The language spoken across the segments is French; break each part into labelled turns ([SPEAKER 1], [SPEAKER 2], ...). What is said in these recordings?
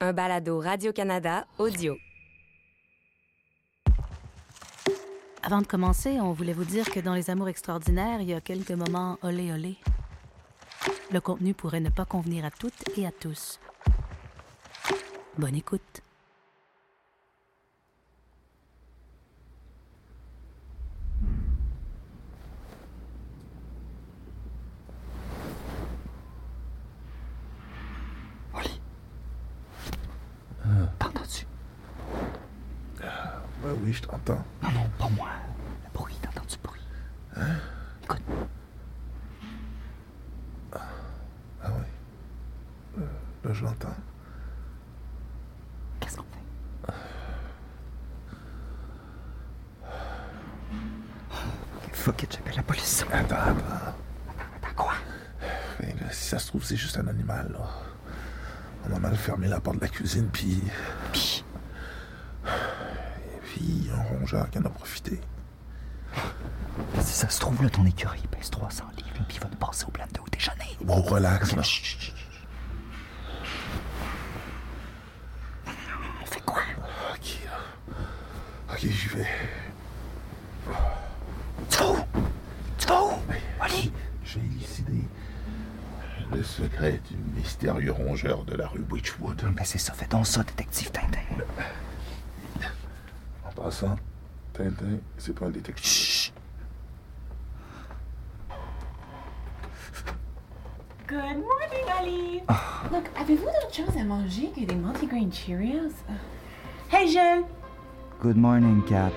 [SPEAKER 1] un balado Radio-Canada audio.
[SPEAKER 2] Avant de commencer, on voulait vous dire que dans Les Amours extraordinaires, il y a quelques moments olé olé. Le contenu pourrait ne pas convenir à toutes et à tous. Bonne écoute.
[SPEAKER 3] Oli. T'entends-tu?
[SPEAKER 4] Ouais, oui, je t'entends.
[SPEAKER 3] Non, non, pas moi. Le bruit, t'entends-tu le bruit?
[SPEAKER 4] Hein?
[SPEAKER 3] Écoute,
[SPEAKER 4] Ah oui. Euh, Là, je l'entends.
[SPEAKER 3] qu'est-ce qu'on fait? Fuck it, j'appelle la police.
[SPEAKER 4] Attends, attends.
[SPEAKER 3] Attends, quoi?
[SPEAKER 4] Mais bah, là, si ça se trouve, c'est juste un animal, là. On a mal fermé la porte de la cuisine, puis...
[SPEAKER 3] Pis,
[SPEAKER 4] Et puis, un rongeur qui en a profité.
[SPEAKER 3] si ça se trouve, là, ton écurie il pèse 300 livres, puis il va nous passer au blâme de au déjeuner.
[SPEAKER 4] Bon, relax, là.
[SPEAKER 3] Chut, chut, chut, chut. On fait quoi?
[SPEAKER 4] Ok, là. Ok, j'y vais.
[SPEAKER 3] Tu vas où? Tu vas où? Eh Oli?
[SPEAKER 4] J'ai élucidé le secret du mystérieux rongeur de la rue Witchwood.
[SPEAKER 3] Ben c'est ça, fais donc ça, détective Tintin.
[SPEAKER 4] En passant, Tintin, c'est pas un détective.
[SPEAKER 3] Chut!
[SPEAKER 5] Good morning, Ali. Look, avez-vous d'autres choses à manger que des multigrain Cheerios? Ah. Hey, Jules.
[SPEAKER 3] Good morning, Cap.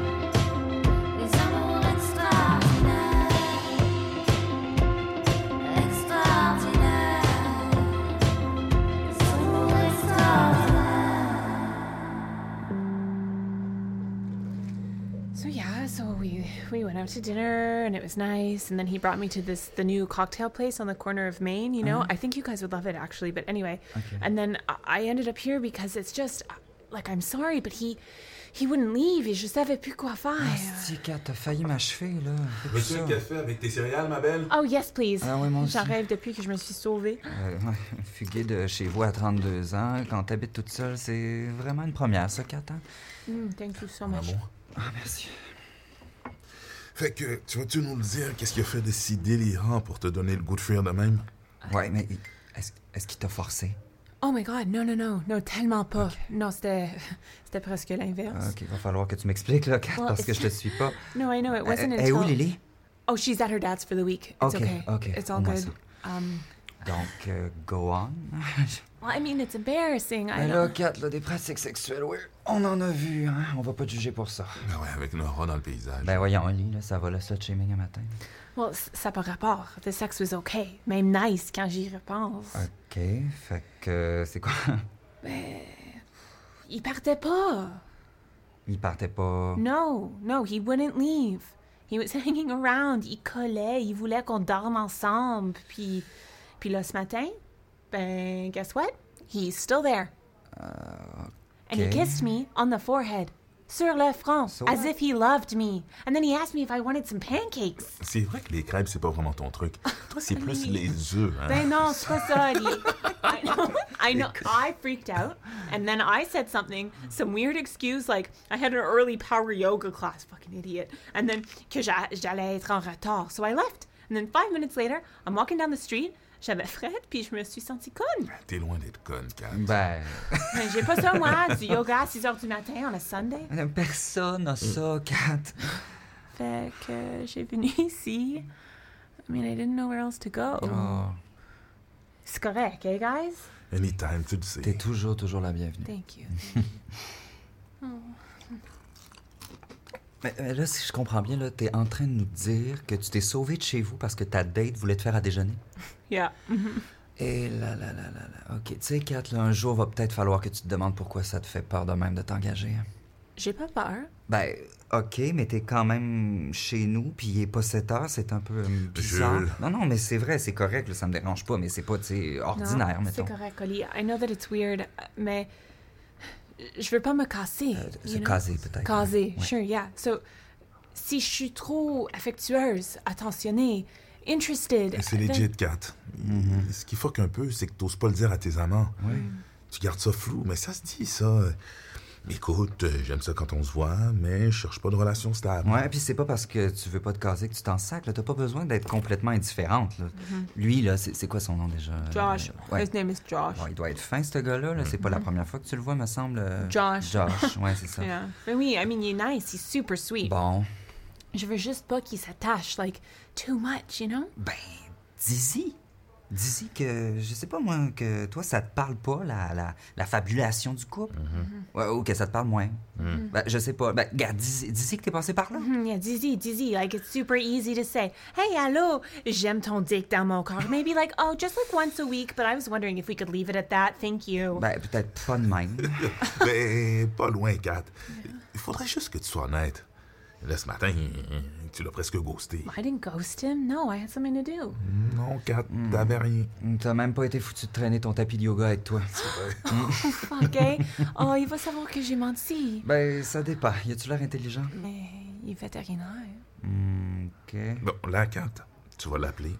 [SPEAKER 6] Les amours extraordinaires, extraordinaires, les amours extraordinaires.
[SPEAKER 5] So yeah, so we we went out to dinner and it was nice, and then he brought me to this the new cocktail place on the corner of Maine. You know, I think you guys would love it actually, but anyway. And then I- I ended up here because it's just uh, like I'm sorry, but he he wouldn't leave. Et je savais plus quoi faire.
[SPEAKER 7] Si, Kat, t'as failli m'achever, là. Fais plus
[SPEAKER 8] Monsieur
[SPEAKER 7] ça.
[SPEAKER 8] le café avec tes céréales, ma belle?
[SPEAKER 5] Oh yes, please.
[SPEAKER 7] Ah ouais, moi aussi.
[SPEAKER 5] J'en rêve depuis que je me suis sauvée.
[SPEAKER 7] Euh, ouais, fuguer de chez vous à 32 ans, quand t'habites toute seule, c'est vraiment une première, ça, Kat, hein?
[SPEAKER 5] Mm, thank you so much.
[SPEAKER 7] Ah, merci.
[SPEAKER 4] Fait que, tu vas-tu nous le dire, qu'est-ce qu'il a fait de si délirant pour te donner le goût de fuir de même?
[SPEAKER 7] Ouais, mais est-ce est-ce qu'il t'a forcé?
[SPEAKER 5] Oh my god, non, non, non, non, tellement pas. Non, c'était, c'était presque l'inverse.
[SPEAKER 7] Ah, OK, va falloir que tu m'expliques, là, Kat,
[SPEAKER 5] Ouais,
[SPEAKER 7] parce que je te suis pas.
[SPEAKER 5] No, I know it wasn't
[SPEAKER 7] Euh,
[SPEAKER 5] until.
[SPEAKER 7] hey, où, Lily?
[SPEAKER 5] Oh, she's at her dad's for the week. It's okay.
[SPEAKER 7] Okay, okay,
[SPEAKER 5] It's all
[SPEAKER 7] au moins
[SPEAKER 5] good.
[SPEAKER 7] ça.
[SPEAKER 5] Um,
[SPEAKER 7] Donc, euh, go on.
[SPEAKER 5] well, I mean, it's embarrassing. I
[SPEAKER 7] Mais
[SPEAKER 5] know.
[SPEAKER 7] là, Kat, là, des pratiques sexuelles, oui, on en a vu, hein? On va pas te juger pour ça.
[SPEAKER 8] Ben ouais, avec Nora dans le paysage.
[SPEAKER 7] Ben voyons, Lee, là, ça va, le slut shaming un matin.
[SPEAKER 5] Well, c- ça par rapport. The sex was okay. Même nice quand j'y repense.
[SPEAKER 7] OK, fait que euh, c'est quoi?
[SPEAKER 5] Il partait pas.
[SPEAKER 7] Il partait pas...
[SPEAKER 5] No, no, he wouldn't leave. He was hanging around. Il collait. Il voulait qu'on dorme ensemble. Puis, puis là, ce matin, ben, guess what? He's still there. And he
[SPEAKER 7] okay.
[SPEAKER 5] kissed me on the forehead. Sur le front,
[SPEAKER 7] So
[SPEAKER 5] as
[SPEAKER 7] what?
[SPEAKER 5] if he loved me. And then he asked me if I wanted some pancakes.
[SPEAKER 8] C'est vrai que les crêpes, c'est pas vraiment ton truc. Toi, c'est plus les œufs, hein?
[SPEAKER 5] Ben non, c'est pas ça, Ali. I know, I know, I freaked out, and then I said something, some weird excuse, like I had an early power yoga class, fucking idiot, and then que j'a- j'allais être en retard, so I left. And then five minutes later, I'm walking down the street, j'avais fret, puis je me suis sentie conne.
[SPEAKER 8] T'es loin d'être conne, Kat.
[SPEAKER 7] Ben...
[SPEAKER 5] Mais J'ai pas ça, moi, du yoga à 6 heures du matin on a Sunday.
[SPEAKER 7] euh, Personne n'a ça, Kat.
[SPEAKER 5] Fait que j'ai venu ici. I mean, I didn't know where else to go.
[SPEAKER 7] Oh,
[SPEAKER 5] C'est correct, eh, guys?
[SPEAKER 4] Anytime, tu le sais.
[SPEAKER 7] t'es toujours, toujours la bienvenue.
[SPEAKER 5] Thank you.
[SPEAKER 7] Mais, mais là, si je comprends bien, là, t'es en train de nous dire que tu t'es sauvé de chez vous parce que ta date voulait te faire à déjeuner.
[SPEAKER 5] Yeah.
[SPEAKER 7] Et Eh, là, là, là, là, là. OK, tu sais, Kat, là, un jour, va peut-être falloir que tu te demandes pourquoi ça te fait peur de même de t'engager. hein.
[SPEAKER 5] J'ai pas peur.
[SPEAKER 7] Ben, OK, mais t'es quand même chez nous, puis il est pas 7 heures, c'est un peu euh, bizarre.
[SPEAKER 4] Jules.
[SPEAKER 7] Non, non, mais c'est vrai, c'est correct, là, ça me dérange pas, mais c'est pas, tu sais, ordinaire,
[SPEAKER 5] Non,
[SPEAKER 7] mettons.
[SPEAKER 5] C'est correct, Oli. I know that it's weird, mais je veux pas me casser.
[SPEAKER 7] Euh, se
[SPEAKER 5] you know?
[SPEAKER 7] caser, peut-être.
[SPEAKER 5] Caser,
[SPEAKER 7] Ouais.
[SPEAKER 5] sure, yeah. So, si je suis trop affectueuse, attentionnée, interested.
[SPEAKER 4] Et C'est
[SPEAKER 5] Then-
[SPEAKER 4] legit, Kat. Ce qu'il faut qu'un peu, c'est que t'oses pas le dire à tes amants. Tu gardes ça flou, mais ça se dit, ça. Écoute, euh, j'aime ça quand on se voit, mais je cherche pas de relation stable.
[SPEAKER 7] Ouais, puis c'est pas parce que tu veux pas te caser que tu t'en sacs. là. T'as pas besoin d'être complètement indifférente. là. Lui, là, c'est c'est quoi son nom déjà? Euh,
[SPEAKER 5] Mm-hmm. Josh.
[SPEAKER 7] ouais.
[SPEAKER 5] His name is Josh.
[SPEAKER 7] Bon, il doit être fin, ce gars-là. là. C'est pas la première fois que tu le vois, me semble. euh,
[SPEAKER 5] Josh.
[SPEAKER 7] Josh, ouais, c'est ça.
[SPEAKER 5] Yeah. But we, I mean, he's nice. He's super sweet.
[SPEAKER 7] Bon,
[SPEAKER 5] Je veux juste pas qu'il s'attache, like, too much, you know?
[SPEAKER 7] ben, dis-y. Dis-y que, je sais pas moi, que toi, ça te parle pas, la, la, la fabulation du couple. Ouais, ou que ça te parle moins. Ben, je sais pas. Ben, regarde, dis-y dis-y que t'es passé par là.
[SPEAKER 5] Mm, Yeah, dizzy, dizzy. Like, it's super easy to say, hey, allô, j'aime ton dick dans mon corps. Maybe like, oh, just like once a week, but I was wondering if we could leave it at that. Thank you.
[SPEAKER 7] Ben, peut-être pas de même.
[SPEAKER 4] ben, pas loin, Kat. Il faudrait juste que tu sois honnête. Là, ce matin, tu l'as presque ghosté.
[SPEAKER 5] I didn't ghost him. No, I had something to do.
[SPEAKER 4] Non, Kat, t'avais rien.
[SPEAKER 7] T'as même pas été foutu de traîner ton tapis de yoga avec toi.
[SPEAKER 5] Fuck, eh? Oh, il va savoir que j'ai menti.
[SPEAKER 7] Ben, ça dépend. Y a-tu l'air intelligent?
[SPEAKER 5] Mais il est vétérinaire.
[SPEAKER 7] OK.
[SPEAKER 4] Bon, là, Kat, tu vas l'appeler,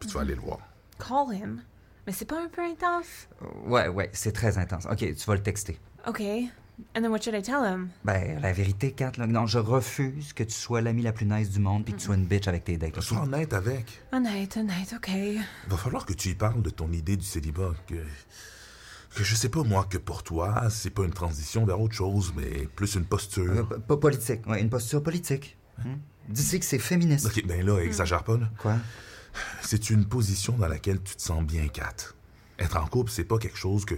[SPEAKER 4] puis tu vas aller le voir.
[SPEAKER 5] Call him. Mais c'est pas un peu intense?
[SPEAKER 7] Ouais, ouais, c'est très intense. OK, tu vas le texter.
[SPEAKER 5] Okay. And then what should I tell him?
[SPEAKER 7] Ben, la vérité, Kat, là, non, je refuse que tu sois l'ami la plus nice du monde puis que tu sois une bitch avec tes dates.
[SPEAKER 4] Sois honnête avec.
[SPEAKER 5] Honnête, honnête, okay.
[SPEAKER 4] Va falloir que tu y parles de ton idée du célibat, que... Que je sais pas, moi, que pour toi, c'est pas une transition vers autre chose, mais plus une
[SPEAKER 7] Euh,
[SPEAKER 4] posture.
[SPEAKER 7] p- Pas politique, ouais, une posture politique. Hmm? Dis-y que c'est féministe.
[SPEAKER 4] Ok, ben
[SPEAKER 5] Hmm.
[SPEAKER 4] là, exagère pas, là.
[SPEAKER 7] Quoi?
[SPEAKER 4] C'est une position dans laquelle tu te sens bien, Kat. Être en couple, c'est pas quelque chose que,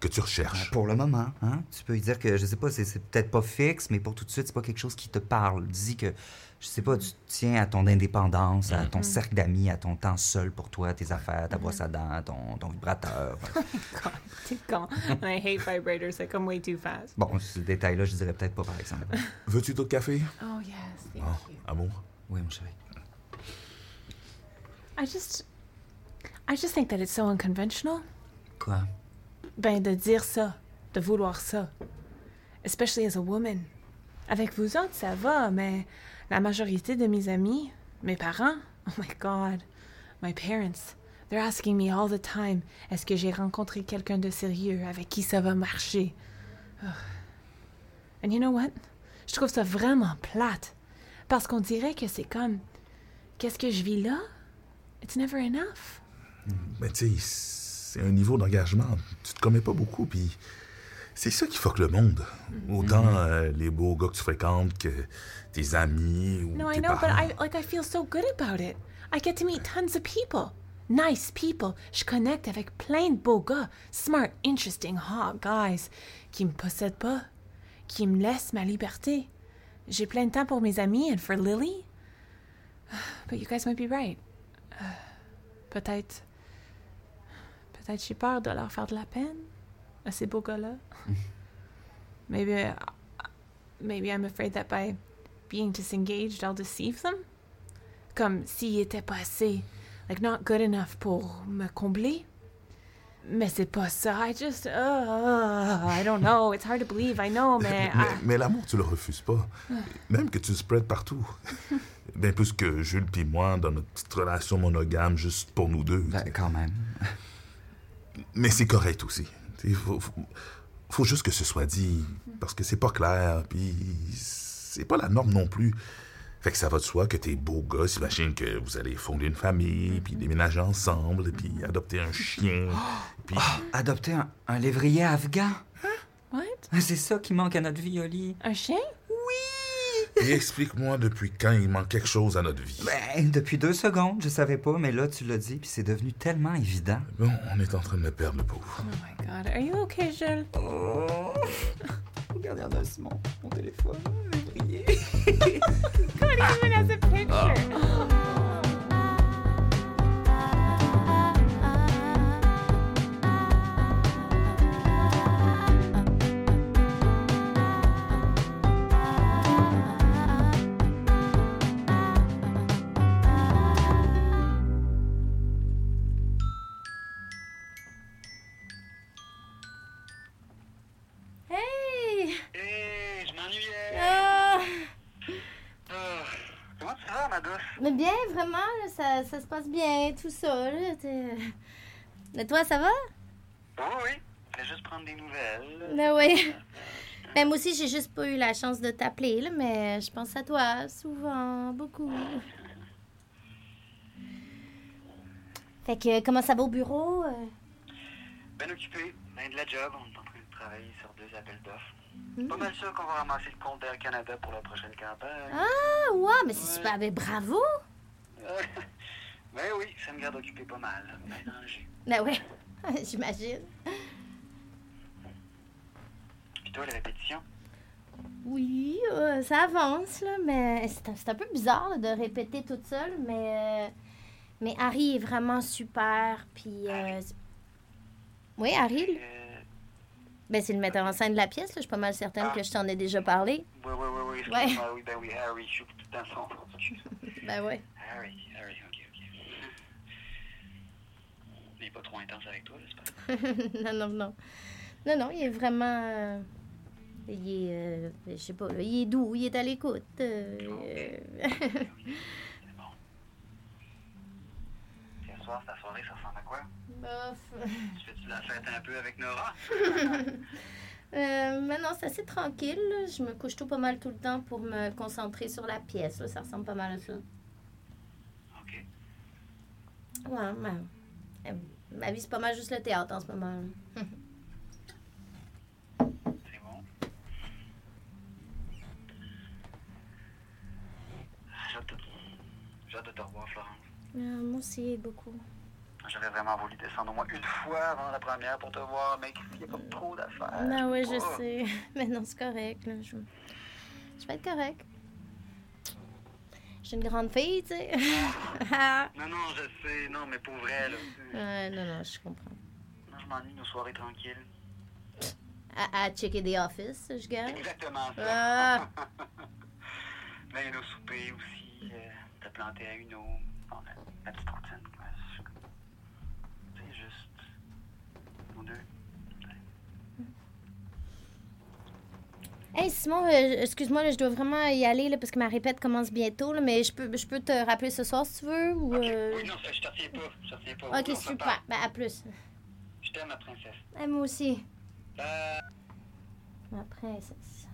[SPEAKER 4] que tu recherches.
[SPEAKER 7] Pour le moment, hein? Tu peux lui dire que, je sais pas, c'est- c'est peut-être pas fixe, mais pour tout de suite, c'est pas quelque chose qui te parle. Dis que, je sais pas, tu tiens à ton indépendance, à ton cercle d'amis, à ton temps seul pour toi, tes affaires, ta brosse à dents, ton, ton vibrateur.
[SPEAKER 5] God, t'es con. And I hate vibrators. They come way too fast.
[SPEAKER 7] bon, ce détail-là, je dirais peut-être pas, par exemple.
[SPEAKER 4] Ah, Veux-tu d'autres café?
[SPEAKER 5] Oh, yes. Thank
[SPEAKER 4] Ah, Bon,
[SPEAKER 5] you.
[SPEAKER 4] amour.
[SPEAKER 7] Oui, mon chéri.
[SPEAKER 5] I just. I just think that it's so unconventional.
[SPEAKER 7] Quoi?
[SPEAKER 5] Ben, de dire ça, de vouloir ça. Especially as a woman. Avec vous autres, ça va, mais la majorité de mes amis, mes parents, oh my god, my parents, they're asking me all the time, est-ce que j'ai rencontré quelqu'un de sérieux avec qui ça va marcher? Ugh. And you know what? Je trouve ça vraiment plate. Parce qu'on dirait que c'est comme, qu'est-ce que je vis là? It's never enough.
[SPEAKER 4] Mais Ben, tu sais, c'est un niveau d'engagement. Tu te commets pas beaucoup, puis c'est ça qui fuck le monde.
[SPEAKER 5] Hmm.
[SPEAKER 4] Autant euh, les beaux gars que tu fréquentes que tes amis ou
[SPEAKER 5] No, I
[SPEAKER 4] tes
[SPEAKER 5] know, but
[SPEAKER 4] parents.
[SPEAKER 5] I like I feel so good about it. I get to meet tons of people. Nice people. Je connecte avec plein de beaux gars, smart, interesting, hot guys, qui me possèdent pas, qui me laissent ma liberté. J'ai plein de temps pour mes amis and for Lily. But you guys might be right. Euh, peut-être. Peut-être j'ai peur de leur faire de la peine à ces beaux gars-là. maybe, I- maybe I'm afraid that by being disengaged, I'll deceive them. Comme s'il était pas assez, like not good enough pour me combler. Mais c'est pas ça. I just, uh, I don't know. It's hard to believe. I know, mais,
[SPEAKER 4] Mais,
[SPEAKER 5] ah,
[SPEAKER 4] mais l'amour, tu le refuses pas. Même que tu le spreads partout. Bien plus que Jules puis moi dans notre petite relation monogame juste pour nous deux.
[SPEAKER 7] Ben, quand même.
[SPEAKER 4] Mais c'est correct aussi. Il faut, faut- faut juste que ce soit dit, parce que c'est pas clair, puis c'est pas la norme non plus. Fait que ça va de soi que tes beaux gars s'imaginent que vous allez fonder une famille,
[SPEAKER 5] Mhm.
[SPEAKER 4] puis déménager ensemble, puis adopter un chien, puis...
[SPEAKER 7] Adopter un, un lévrier afghan?
[SPEAKER 5] what?
[SPEAKER 7] C'est ça qui manque à notre vie, Oli.
[SPEAKER 5] Un chien? Oh
[SPEAKER 4] Et explique-moi depuis quand il manque quelque chose à notre vie.
[SPEAKER 7] Ben, depuis deux secondes, je savais pas, mais là, tu l'as dit, puis c'est devenu tellement évident.
[SPEAKER 4] Bon, on est en train de le perdre, le pauvre.
[SPEAKER 5] Oh my God. Are you okay, Jules?
[SPEAKER 7] Regardez, en a mon, mon téléphone, lévrier.
[SPEAKER 5] Not even as a picture.
[SPEAKER 6] Hey
[SPEAKER 9] Hé, Eh, je m'ennuyais.
[SPEAKER 6] Ah,
[SPEAKER 9] Euh, comment tu vas, ma douce?
[SPEAKER 6] Mais
[SPEAKER 9] bien, vraiment. là, ça, ça se passe bien, tout ça. Là, t'es- Mais toi, ça va?
[SPEAKER 10] Oui, oui. Je voulais juste prendre des nouvelles.
[SPEAKER 9] Ben oui. Ben moi aussi, j'ai juste pas eu la chance de t'appeler, là, mais je pense à toi souvent, beaucoup. Fait que, euh, comment ça va au bureau? euh?
[SPEAKER 10] Ben occupé, ben de la job. On est en train de travailler sur deux appels d'offres.
[SPEAKER 9] Mm.
[SPEAKER 10] Pas mal sûr qu'on va ramasser le compte d'Air Canada pour la prochaine campagne.
[SPEAKER 9] Ah, ouais, mais c'est super, ben bravo!
[SPEAKER 10] Euh, ben oui, ça me garde occupé pas mal. Ben dans le jus.
[SPEAKER 9] Ben ouais, j'imagine.
[SPEAKER 10] Puis toi, les répétitions?
[SPEAKER 9] Oui, euh, ça avance, là, mais eh, c'est un, c'est un peu bizarre là, de répéter toute seule, mais, euh, mais Harry est vraiment super, puis... euh, c'est- oui, Harry,
[SPEAKER 10] Euh,
[SPEAKER 9] ben, c'est le metteur en scène de la pièce, là, je suis pas mal certaine que je t'en ai déjà parlé.
[SPEAKER 10] oui, oui, oui, oui.
[SPEAKER 9] Ouais.
[SPEAKER 10] excuse-moi, oui, ben oui, Harry, je suis tout dans son.
[SPEAKER 9] Ben ouais.
[SPEAKER 10] Harry, Harry, ok, ok. Il est pas trop intense avec toi, j'espère.
[SPEAKER 9] non, non, non. Non, non, il est vraiment... euh, il est... euh, je sais pas, là, il est doux, il est à l'écoute. euh, euh,
[SPEAKER 10] C'est bon. Hier soir, ta soirée, ça ressemble à quoi?
[SPEAKER 9] bof.
[SPEAKER 10] Tu fais-tu la fête un peu avec Nora?
[SPEAKER 9] Euh, maintenant, c'est assez tranquille. là. Je me couche tout pas mal tout le temps pour me concentrer sur la pièce. là. Ça ressemble pas mal à ça.
[SPEAKER 10] Ok.
[SPEAKER 9] Ouais, ben, euh, ma vie, c'est pas mal juste le théâtre en ce moment. là.
[SPEAKER 10] C'est bon. J'ai hâte de- j'ai hâte de te revoir, Florence.
[SPEAKER 9] Euh, moi aussi, beaucoup.
[SPEAKER 10] J'aurais vraiment voulu descendre au moins une fois avant la première pour te voir, mais il n'y a pas trop d'affaires.
[SPEAKER 9] Ben ouais, je
[SPEAKER 10] Oh,
[SPEAKER 9] sais. Mais non, c'est correct. là. Je... je vais être correct. Je suis une grande fille, tu sais.
[SPEAKER 10] Non, non, je sais. Non, mais pour vrai, là.
[SPEAKER 9] ouais, non, non, je comprends.
[SPEAKER 10] Non, je m'ennuie de nos soirées tranquilles.
[SPEAKER 9] À, à checker des office, je garde.
[SPEAKER 10] Exactement ça.
[SPEAKER 9] Ah,
[SPEAKER 10] Mais nos soupers aussi. Euh, T'as planté à une eau. Bon, la, la petite routine. quoi. Je- C'est juste. Nous deux.
[SPEAKER 9] Hey Simon, euh, excuse-moi, là, je dois vraiment y aller là, parce que ma répète commence bientôt, là, mais je peux, je peux te rappeler ce soir si tu veux ou.
[SPEAKER 10] Ok.
[SPEAKER 9] euh,
[SPEAKER 10] Oui, non, ça, je te retiens pas. Je te retiens pas.
[SPEAKER 9] Ok,
[SPEAKER 10] On se parle.
[SPEAKER 9] super. Ben, à plus.
[SPEAKER 10] Je t'aime, ma princesse.
[SPEAKER 9] Ah, moi aussi.
[SPEAKER 10] Bye.
[SPEAKER 9] Euh. Ma princesse.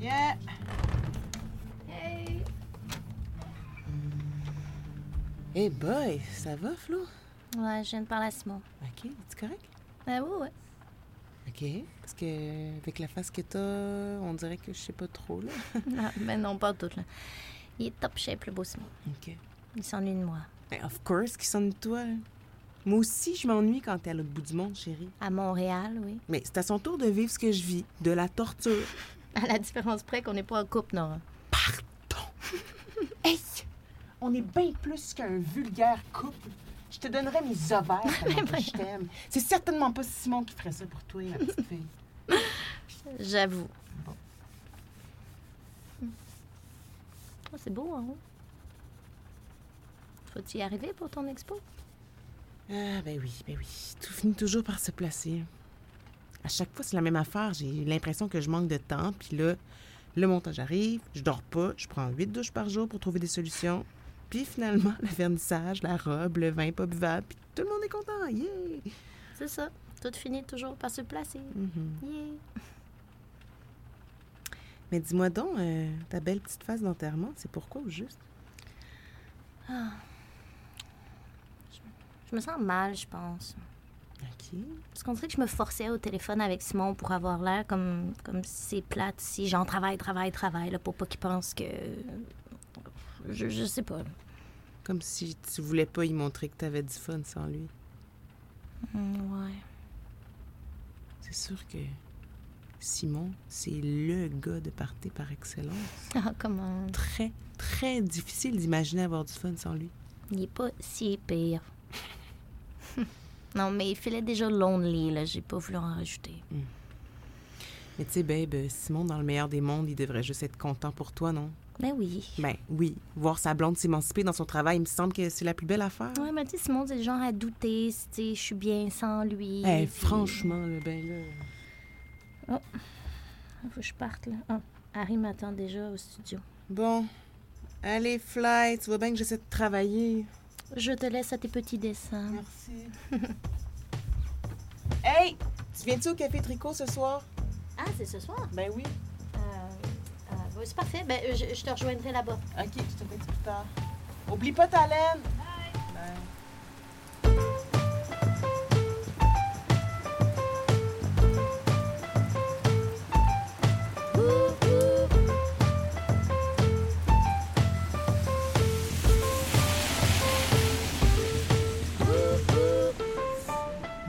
[SPEAKER 5] Yeah.
[SPEAKER 9] Hey!
[SPEAKER 11] Eh boy, ça va, Flo?
[SPEAKER 9] Ouais, je viens de parler à Simon.
[SPEAKER 11] OK, es-tu correct?
[SPEAKER 9] Ben oui, ouais.
[SPEAKER 11] OK, parce que avec la face que t'as, on dirait que je sais pas trop, là.
[SPEAKER 9] Ah, ben non, pas tout, là. Il est top shape, le beau Simon.
[SPEAKER 11] OK.
[SPEAKER 9] Il s'ennuie de moi.
[SPEAKER 11] Ben, of course qu'ils sont de toi. Moi aussi, je m'ennuie quand t'es à l'autre bout du monde, chérie.
[SPEAKER 9] À Montréal, oui.
[SPEAKER 11] Mais c'est à son tour de vivre ce que je vis, de la torture.
[SPEAKER 9] À la différence près qu'on n'est pas en couple, Nora.
[SPEAKER 11] Hey! On est bien plus qu'un vulgaire couple. Je te donnerais mes ovaires comment que je t'aime. C'est certainement pas Simon qui ferait ça pour toi, la petite fille.
[SPEAKER 9] J'avoue. Oh, c'est beau, hein? Faut-tu y arriver pour ton expo?
[SPEAKER 11] Ah, ben oui, ben oui. Tout finit toujours par se placer. À chaque fois, c'est la même affaire. J'ai l'impression que je manque de temps. Puis là, le montage arrive, je dors pas, je prends huit douches par jour pour trouver des solutions. Puis finalement, le vernissage, la robe, le vin pas buvable, puis tout le monde est content. Yeah!
[SPEAKER 9] C'est ça. Tout finit toujours par se placer.
[SPEAKER 11] Mhm.
[SPEAKER 9] Yeah.
[SPEAKER 11] Mais dis-moi donc, euh, ta belle petite face d'enterrement, c'est pourquoi au juste?
[SPEAKER 9] Je me sens mal, je pense.
[SPEAKER 11] OK.
[SPEAKER 9] Parce qu'on dirait que je me forçais au téléphone avec Simon pour avoir l'air comme, comme si c'est plate, si j'en travaille, travaille, travaille, là, pour pas qu'il pense que. Je, je sais pas.
[SPEAKER 11] Comme si tu voulais pas y montrer que t'avais du fun sans lui.
[SPEAKER 9] Mm, ouais.
[SPEAKER 11] C'est sûr que Simon, c'est le gars de party par excellence.
[SPEAKER 9] Ah, comment?
[SPEAKER 11] très, très difficile d'imaginer avoir du fun sans lui.
[SPEAKER 9] Il est pas si pire. non, mais il filait déjà lonely, là. J'ai pas voulu en rajouter.
[SPEAKER 11] euh, Mais tu sais, babe, Simon, dans le meilleur des mondes, il devrait juste être content pour toi, non?
[SPEAKER 9] Ben oui.
[SPEAKER 11] Ben oui, voir sa blonde s'émanciper dans son travail, il me semble que c'est la plus belle affaire.
[SPEAKER 9] Ouais, mais tu sais, Simon, c'est le genre à douter, si, tu sais, je suis bien sans lui. puis-
[SPEAKER 11] Eh, franchement, le ben là.
[SPEAKER 9] Oh, faut que je parte, là. Oh, Harry m'attend déjà au studio.
[SPEAKER 11] Bon, allez, Fly, tu vois bien que j'essaie de travailler.
[SPEAKER 9] Je te laisse à tes petits dessins.
[SPEAKER 11] Merci. Hey, tu viens-tu au Café Tricot ce soir?
[SPEAKER 9] Ah, c'est ce soir?
[SPEAKER 11] Ben oui.
[SPEAKER 9] Euh, euh, ouais, c'est parfait. Ben, euh, je, je te rejoindrai là-bas.
[SPEAKER 11] OK, je te fais plus tard. Oublie pas ta laine.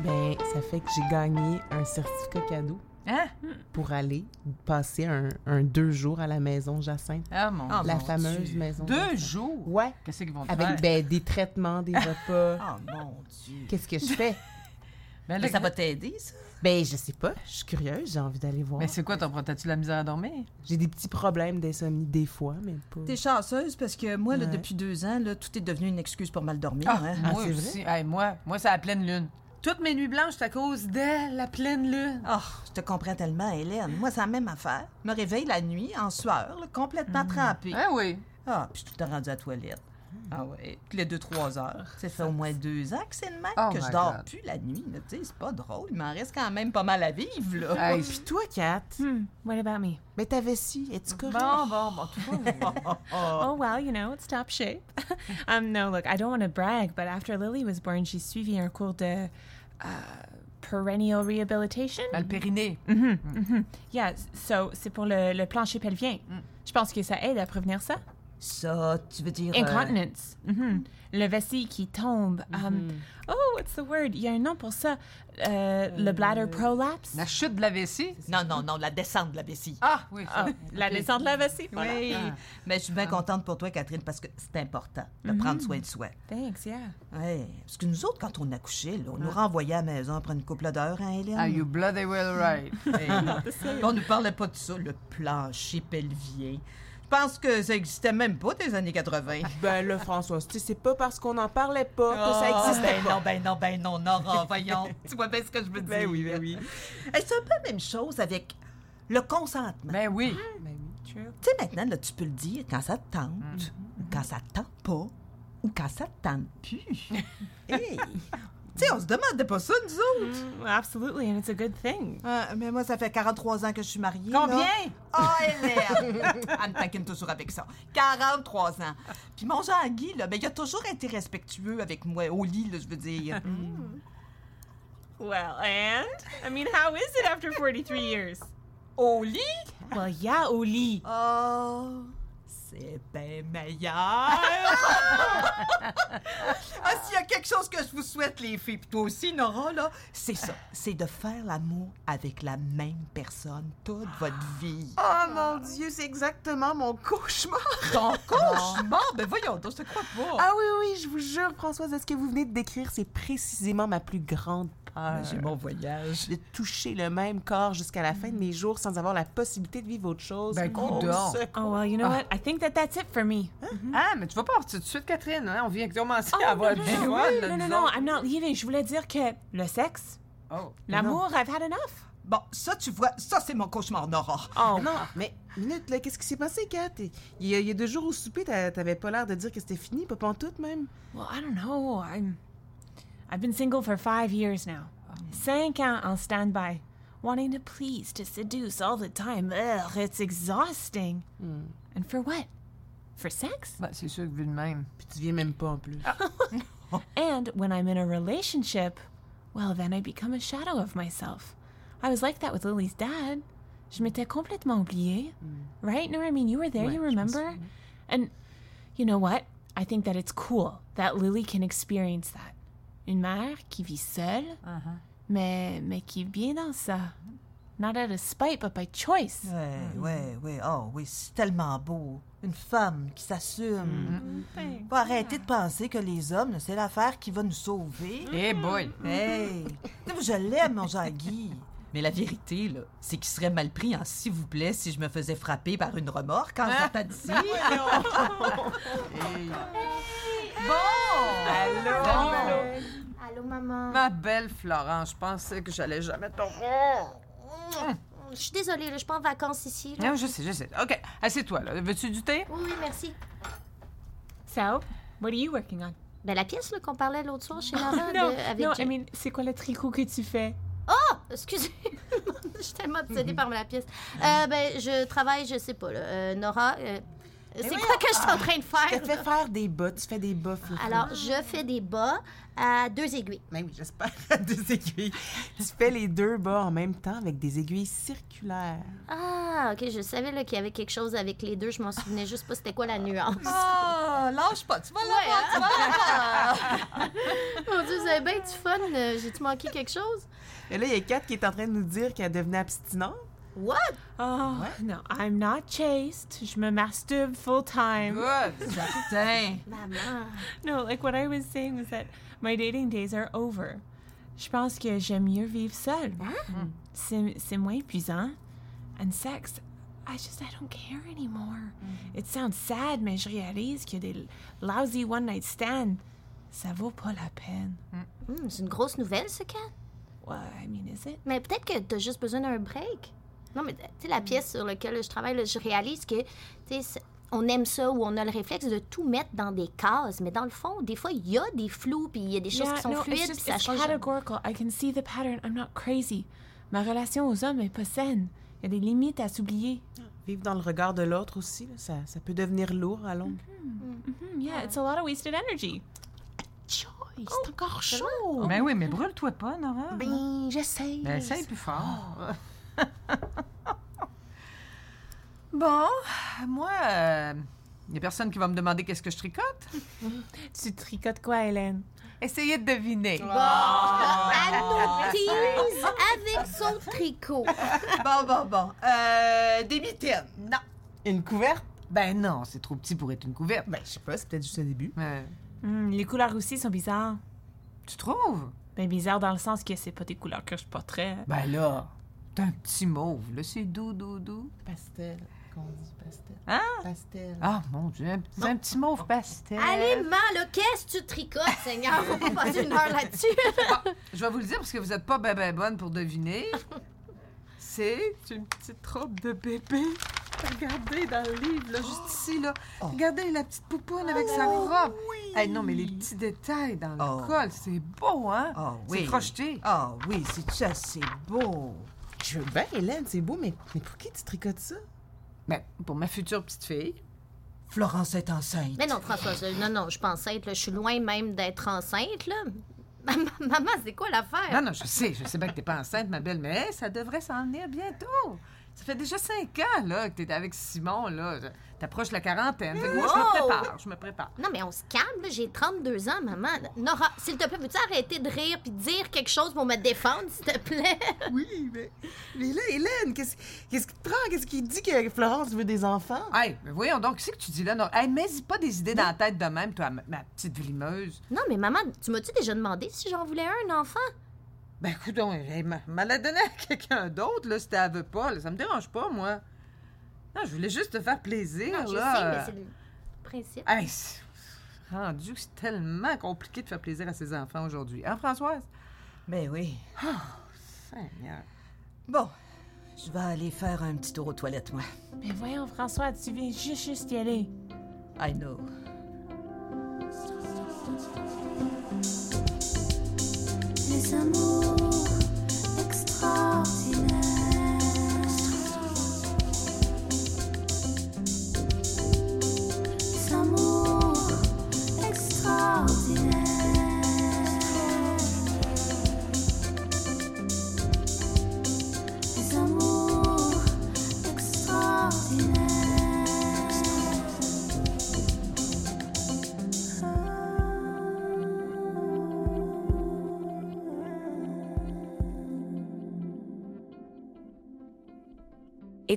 [SPEAKER 11] Ben, ça fait que j'ai gagné un certificat cadeau
[SPEAKER 12] Hein?
[SPEAKER 11] pour aller passer un, un deux jours à la maison Jacinthe.
[SPEAKER 12] Ah, mon
[SPEAKER 13] Oh,
[SPEAKER 11] La
[SPEAKER 12] Dieu.
[SPEAKER 11] fameuse maison.
[SPEAKER 12] Deux
[SPEAKER 11] Jacinthe.
[SPEAKER 12] jours?
[SPEAKER 11] Ouais.
[SPEAKER 12] Qu'est-ce qu'ils vont te faire?
[SPEAKER 11] Avec ben, des traitements, des repas.
[SPEAKER 12] Ah,
[SPEAKER 13] Oh,
[SPEAKER 12] mon Dieu.
[SPEAKER 11] Qu'est-ce que je fais?
[SPEAKER 12] Ben, là, ça va t'aider, ça?
[SPEAKER 11] Ben, je sais pas. Je suis curieuse, j'ai envie d'aller voir.
[SPEAKER 12] Mais c'est quoi ton problème? T'as-tu de la misère à dormir?
[SPEAKER 11] J'ai des petits problèmes d'insomnie des fois, mais pas.
[SPEAKER 13] T'es chanceuse parce que moi, là,
[SPEAKER 11] Ouais.
[SPEAKER 13] depuis deux ans, là, tout est devenu une excuse pour mal dormir.
[SPEAKER 12] Ah,
[SPEAKER 13] hein.
[SPEAKER 12] moi aussi. Hey, moi, moi c'est à la pleine lune. Toutes mes nuits blanches, c'est à cause de la pleine lune.
[SPEAKER 13] Ah, je te comprends tellement, Hélène. Moi, c'est la même affaire. Je me réveille la nuit en sueur, là,
[SPEAKER 5] Hmm.
[SPEAKER 13] complètement trempée.
[SPEAKER 12] Ah oui.
[SPEAKER 13] Ah, puis je suis tout le temps rendue à la toilette.
[SPEAKER 11] Hmm.
[SPEAKER 13] Ah ouais, toutes les deux, trois heures. Ça fait au moins deux ans que c'est le même
[SPEAKER 12] Oh
[SPEAKER 13] que je
[SPEAKER 12] my
[SPEAKER 13] dors
[SPEAKER 12] God.
[SPEAKER 13] plus la nuit. là. Tu sais, c'est pas drôle. Il m'en reste quand même pas mal à vivre, là.
[SPEAKER 12] Hey. Puis
[SPEAKER 11] toi, Kat?
[SPEAKER 5] Hmm. What about me?
[SPEAKER 11] Mais t'avais si, es-tu correct?
[SPEAKER 5] Bon, bon, bon, tout va bien.
[SPEAKER 13] Oh,
[SPEAKER 5] well, you know, it's top shape. um, no, look, I don't want to brag, but after Lily was born, she suivi un cours de uh, perennial rehabilitation.
[SPEAKER 12] Le périnée.
[SPEAKER 5] Mhm, mhm. Yeah, so c'est pour le, le plancher pelvien. Je pense que ça aide à prévenir Mm. ça.
[SPEAKER 13] Ça, tu veux dire... euh,
[SPEAKER 5] Incontinence. Mhm. Le vessie qui tombe. Um, oh, what's the word? Il y a un nom pour ça. Euh, le bladder prolapse.
[SPEAKER 12] La chute de la vessie?
[SPEAKER 13] Non, non, non, la descente de la vessie.
[SPEAKER 12] Ah, oui. ça.
[SPEAKER 13] Ah,
[SPEAKER 5] la
[SPEAKER 13] ok.
[SPEAKER 5] descente de la vessie, voilà.
[SPEAKER 13] Oui,
[SPEAKER 5] Ah.
[SPEAKER 13] mais je suis bien contente pour toi, Catherine, parce que c'est important de
[SPEAKER 5] Mhm.
[SPEAKER 13] prendre soin de soi.
[SPEAKER 5] Thanks, yeah.
[SPEAKER 13] Oui, parce que nous autres, quand on accouchait, là, on nous renvoyait à la maison après une couple d'heures, hein, Hélène?
[SPEAKER 12] Ah, you bloody well right. Hey.
[SPEAKER 13] Puis on ne parlait pas de ça, le plancher pelvien. Je pense que ça existait même pas des années 80.
[SPEAKER 11] Ben là, Françoise, tu sais, c'est pas parce qu'on n'en parlait pas que ça
[SPEAKER 13] Ah,
[SPEAKER 11] existait
[SPEAKER 13] ben
[SPEAKER 11] pas.
[SPEAKER 13] non, ben non, ben non, Nora, voyons. tu vois bien ce que je veux dire.
[SPEAKER 11] Ben oui,
[SPEAKER 13] ben oui. C'est un peu la même chose avec le consentement. Ah.
[SPEAKER 12] Ben oui.
[SPEAKER 13] Tu sais, maintenant, là, tu peux le dire quand ça te tente, ou quand ça te tente pas, ou quand ça te tente plus. hey! Tu sais, on se demandait pas ça, nous autres.
[SPEAKER 5] absolutely, and it's a good thing.
[SPEAKER 13] Ah, mais moi, ça fait 43 ans que je suis mariée.
[SPEAKER 12] Combien?
[SPEAKER 13] là. Ah, Hélène! Anne taquine toujours avec ça. 43 ans. Puis mon Jean-Guy, là, ben, il a toujours été respectueux avec moi, au lit, là, je veux dire. Mm.
[SPEAKER 5] Well, and? I mean, how is it after 43 years?
[SPEAKER 13] Au lit?
[SPEAKER 5] Well, yeah, au lit.
[SPEAKER 13] Oh, c'est bien meilleur! ah, s'il y a quelque chose que je vous souhaite, les filles, puis toi aussi, Nora, là, c'est ça. C'est de faire l'amour avec la même personne toute votre vie.
[SPEAKER 11] Oh mon Dieu, c'est exactement mon cauchemar.
[SPEAKER 13] Ton cauchemar? Ben voyons donc, je te crois pas.
[SPEAKER 11] Ah oui, oui, je vous jure, Françoise, est-ce que vous venez de décrire, c'est précisément ma plus grande peur.
[SPEAKER 13] Ben, j'ai mon voyage.
[SPEAKER 11] De toucher le même corps jusqu'à la fin de mes jours sans avoir la possibilité de vivre autre chose.
[SPEAKER 12] Ben,
[SPEAKER 11] Oh,
[SPEAKER 12] coudonc.
[SPEAKER 11] secours.
[SPEAKER 5] Oh, well, you know what? I think that that's it for me.
[SPEAKER 12] Ah, mais tu vas pas partir tout de suite, Catherine. hein? On vient commencer
[SPEAKER 11] Ah,
[SPEAKER 12] à avoir du
[SPEAKER 5] non,
[SPEAKER 12] fun.
[SPEAKER 5] non,
[SPEAKER 12] là,
[SPEAKER 5] non,
[SPEAKER 12] nous
[SPEAKER 5] non,
[SPEAKER 12] autres.
[SPEAKER 5] I'm not leaving. Je voulais dire que le sexe,
[SPEAKER 12] Oh.
[SPEAKER 5] l'amour, I've had enough.
[SPEAKER 13] Bon, ça, tu vois, ça, c'est mon cauchemar, Nora.
[SPEAKER 5] Oh,
[SPEAKER 11] Ah, Non, mais minute, là, qu'est-ce qui s'est passé, Kat? Il y, a, il y a deux jours au souper, t'a- t'avais pas l'air de dire que c'était fini, pas pantoute même.
[SPEAKER 5] well, I don't know. I'm, I've been single for five years now. Cinq ans en standby. Wanting to please, to seduce all the time. Ugh, it's exhausting. And for what? For sex?
[SPEAKER 12] Ben, c'est sûr que vu de même.
[SPEAKER 11] Puis tu viens même pas en plus.
[SPEAKER 5] And when I'm in a relationship, well, then I become a shadow of myself. I was like that with Lily's dad. Je m'étais complètement oubliée. Right? No, I mean, you were there,
[SPEAKER 11] Ouais,
[SPEAKER 5] you
[SPEAKER 11] je me
[SPEAKER 5] remember? And you know what? I think that it's cool that Lily can experience that. Une mère qui vit seule, mais, mais qui vit dans ça. Not out of spite, but by choice.
[SPEAKER 13] Ouais, ouais, ouais. Oh, oui, c'est tellement beau. Une femme qui s'assume.
[SPEAKER 11] Mm-hmm.
[SPEAKER 13] Faut arrêter de penser que les hommes, là, c'est
[SPEAKER 11] Mm-hmm.
[SPEAKER 13] l'affaire qui va nous sauver.
[SPEAKER 12] Eh boy.
[SPEAKER 13] Hey! Tu sais, moi, Je l'aime, mon Jean-Guy.
[SPEAKER 14] Mais la vérité, là, c'est qu'il serait mal pris en s'il vous plaît si je me faisais frapper par une remorque en sortant d'ici.
[SPEAKER 11] Ah,
[SPEAKER 14] Hey.
[SPEAKER 11] Bon!
[SPEAKER 5] Ah,
[SPEAKER 14] Allô?
[SPEAKER 9] ben, Allô, maman.
[SPEAKER 11] Ma belle Florence, je pensais que j'allais jamais tomber.
[SPEAKER 9] Je suis désolée, là, je suis pas en vacances ici. là.
[SPEAKER 11] Non, je sais, je sais. OK, assieds-toi, là. Veux-tu du thé?
[SPEAKER 9] Oui, oui, merci.
[SPEAKER 5] So, what are you working on?
[SPEAKER 9] Ben, la pièce là, qu'on parlait l'autre soir chez Laurent
[SPEAKER 5] non,
[SPEAKER 9] de- avec
[SPEAKER 5] non, I
[SPEAKER 9] Jack.
[SPEAKER 5] mean, c'est quoi le tricot que tu fais?
[SPEAKER 9] Oh! Excusez. je suis tellement obsédée par la pièce. Euh, ben, je travaille, je sais pas, là. Euh, Nora, euh, c'est quoi Ah. que je suis en train
[SPEAKER 15] Je
[SPEAKER 9] de faire?
[SPEAKER 15] te fais faire des bas, tu fais des bas. Fifi.
[SPEAKER 9] Alors, je fais des bas à deux aiguilles.
[SPEAKER 15] Ben oui, j'espère. Deux aiguilles. Tu fais les deux bas en même temps avec des aiguilles circulaires.
[SPEAKER 9] Ah, ok, je savais là, qu'il y avait quelque chose avec les deux, je m'en souvenais juste pas c'était quoi la nuance.
[SPEAKER 14] Ah, lâche pas, tu vas l'avoir, tu vas
[SPEAKER 9] hein? Mon Dieu, vous avez bien du fun. euh, J'ai-tu manqué quelque chose?
[SPEAKER 15] Et là, il y a Kat qui est en train de nous dire qu'elle devenait abstinente.
[SPEAKER 9] What?
[SPEAKER 5] Oh, no, I'm not chaste. Je me masturbe full time.
[SPEAKER 11] Good. Dang.
[SPEAKER 5] No, like what I was saying was that my dating days are over. Je pense que j'aime mieux vivre seule. Hmm. C'est, c'est moins épuisant. And sex, I just, I don't care anymore. It sounds sad, mais je réalise que des lousy one-night stands, ça vaut pas la peine.
[SPEAKER 9] Hmm, c'est une grosse nouvelle, ce cas.
[SPEAKER 5] Well, I mean, is it?
[SPEAKER 9] Mais peut-être que t'as juste besoin d'un break. Non, mais tu sais, la pièce sur laquelle je travaille, là, je réalise que, tu sais, c'est- on aime ça ou on a le réflexe de tout mettre dans des cases. Mais dans le fond, des fois, il y a des flous, puis il y a des choses
[SPEAKER 5] Yeah,
[SPEAKER 9] qui sont
[SPEAKER 5] no,
[SPEAKER 9] fluides,
[SPEAKER 5] it's
[SPEAKER 9] puis
[SPEAKER 5] just
[SPEAKER 9] ça
[SPEAKER 5] it's
[SPEAKER 9] change.
[SPEAKER 5] categorical. I can see the pattern. I'm not crazy. Ma relation aux hommes est pas saine. Il y a des limites à s'oublier.
[SPEAKER 15] Vivre dans le regard de l'autre aussi, là, ça, ça peut devenir lourd à long.
[SPEAKER 5] Mhm, yeah, it's a lot of wasted energy.
[SPEAKER 15] c'est encore chaud.
[SPEAKER 11] Ben oui, mais brûle-toi pas, Nora.
[SPEAKER 15] Ben, j'essaye.
[SPEAKER 11] Ben, essaye plus fort. bon, moi, il n'y a personne qui va me demander qu'est-ce que je tricote.
[SPEAKER 5] tu tricotes quoi, Hélène?
[SPEAKER 11] Essayez de deviner.
[SPEAKER 5] Ah!
[SPEAKER 9] Elle nous tease Ah! avec son tricot.
[SPEAKER 14] Bon, bon, bon. Euh, des mitaines. Non.
[SPEAKER 15] Une couverte?
[SPEAKER 11] Ben non, c'est trop petit pour être une couverte.
[SPEAKER 15] Ben, je sais pas, c'est peut-être juste un début.
[SPEAKER 5] Hmm, les couleurs aussi sont bizarres.
[SPEAKER 11] Tu trouves?
[SPEAKER 5] Ben, bizarre dans le sens que c'est pas des couleurs que je porterais.
[SPEAKER 11] Ben là, t'as un petit mauve, là, c'est doux, doux, doux.
[SPEAKER 15] Pastel, qu'on dit pastel.
[SPEAKER 11] Hein?
[SPEAKER 15] Pastel.
[SPEAKER 11] Ah, mon Dieu, un, petit- un petit mauve pastel.
[SPEAKER 9] Allez, man, là, qu'est-ce que tu tricotes, Seigneur? Faut pas passer une heure là-dessus.
[SPEAKER 11] Je vais vous le dire parce que vous n'êtes pas ben ben bonne pour deviner. C'est une petite robe de bébé. Regardez dans le livre, là, juste ici, là. Regardez la petite pouponne avec sa robe. Hey, non, mais les petits détails dans le
[SPEAKER 14] Ah Oh.
[SPEAKER 11] col, c'est beau, hein? C'est
[SPEAKER 14] oui.
[SPEAKER 11] crocheté.
[SPEAKER 14] Ah oui, c'est ça, c'est beau.
[SPEAKER 15] Je veux bien, Hélène, c'est beau, mais, mais pour qui tu tricotes ça?
[SPEAKER 11] Ben, pour ma future petite fille.
[SPEAKER 14] Florence est enceinte.
[SPEAKER 9] Mais non, François, ça- non, non, je suis enceinte, là. Je suis loin même d'être enceinte, là. Maman, maman, c'est quoi l'affaire?
[SPEAKER 11] Ah Non, non, je sais, je sais bien que t'es pas enceinte, ma belle, mais hey, ça devrait s'en venir bientôt. Ça fait déjà cinq ans, là, que t'es avec Simon, là. T'approches la quarantaine. Fait que moi, je me
[SPEAKER 9] Wow!
[SPEAKER 11] prépare, je me prépare.
[SPEAKER 9] Non, mais on se calme, là. J'ai 32 ans, maman. Nora, s'il te plaît, veux-tu arrêter de rire puis dire quelque chose pour me défendre, s'il te plaît?
[SPEAKER 15] Oui, mais, mais là, Hélène, qu'est-ce qu'est-ce qui te prend? Qu'est-ce qui dit que Florence veut des enfants?
[SPEAKER 11] Hey, mais voyons donc, qu'est-ce que tu dis là? Non, hey, mets-y pas des idées dans la tête de même, toi, ma, ma petite vlimeuse.
[SPEAKER 9] Non, mais maman, tu m'as-tu déjà demandé si j'en voulais un, un enfant?
[SPEAKER 11] Ben, écoute, elle m'a m'a la donné à quelqu'un d'autre, là, si t'en veux pas, là. Ça me dérange pas, moi. Non, je voulais juste te faire plaisir,
[SPEAKER 9] Non, je sais, mais
[SPEAKER 11] là. euh,
[SPEAKER 9] c'est le principe.
[SPEAKER 11] Hey, c'est rendu que c'est tellement compliqué de faire plaisir à ses enfants aujourd'hui. Hein, Françoise?
[SPEAKER 14] Ben oui.
[SPEAKER 11] Seigneur.
[SPEAKER 14] Bon, je vais aller faire un petit tour aux toilettes, moi.
[SPEAKER 5] Mais voyons, François, tu viens juste, juste y aller.
[SPEAKER 14] I know.
[SPEAKER 16] Les amours extraordinaires. Les amours extraordinaires. Les amours extraordinaires.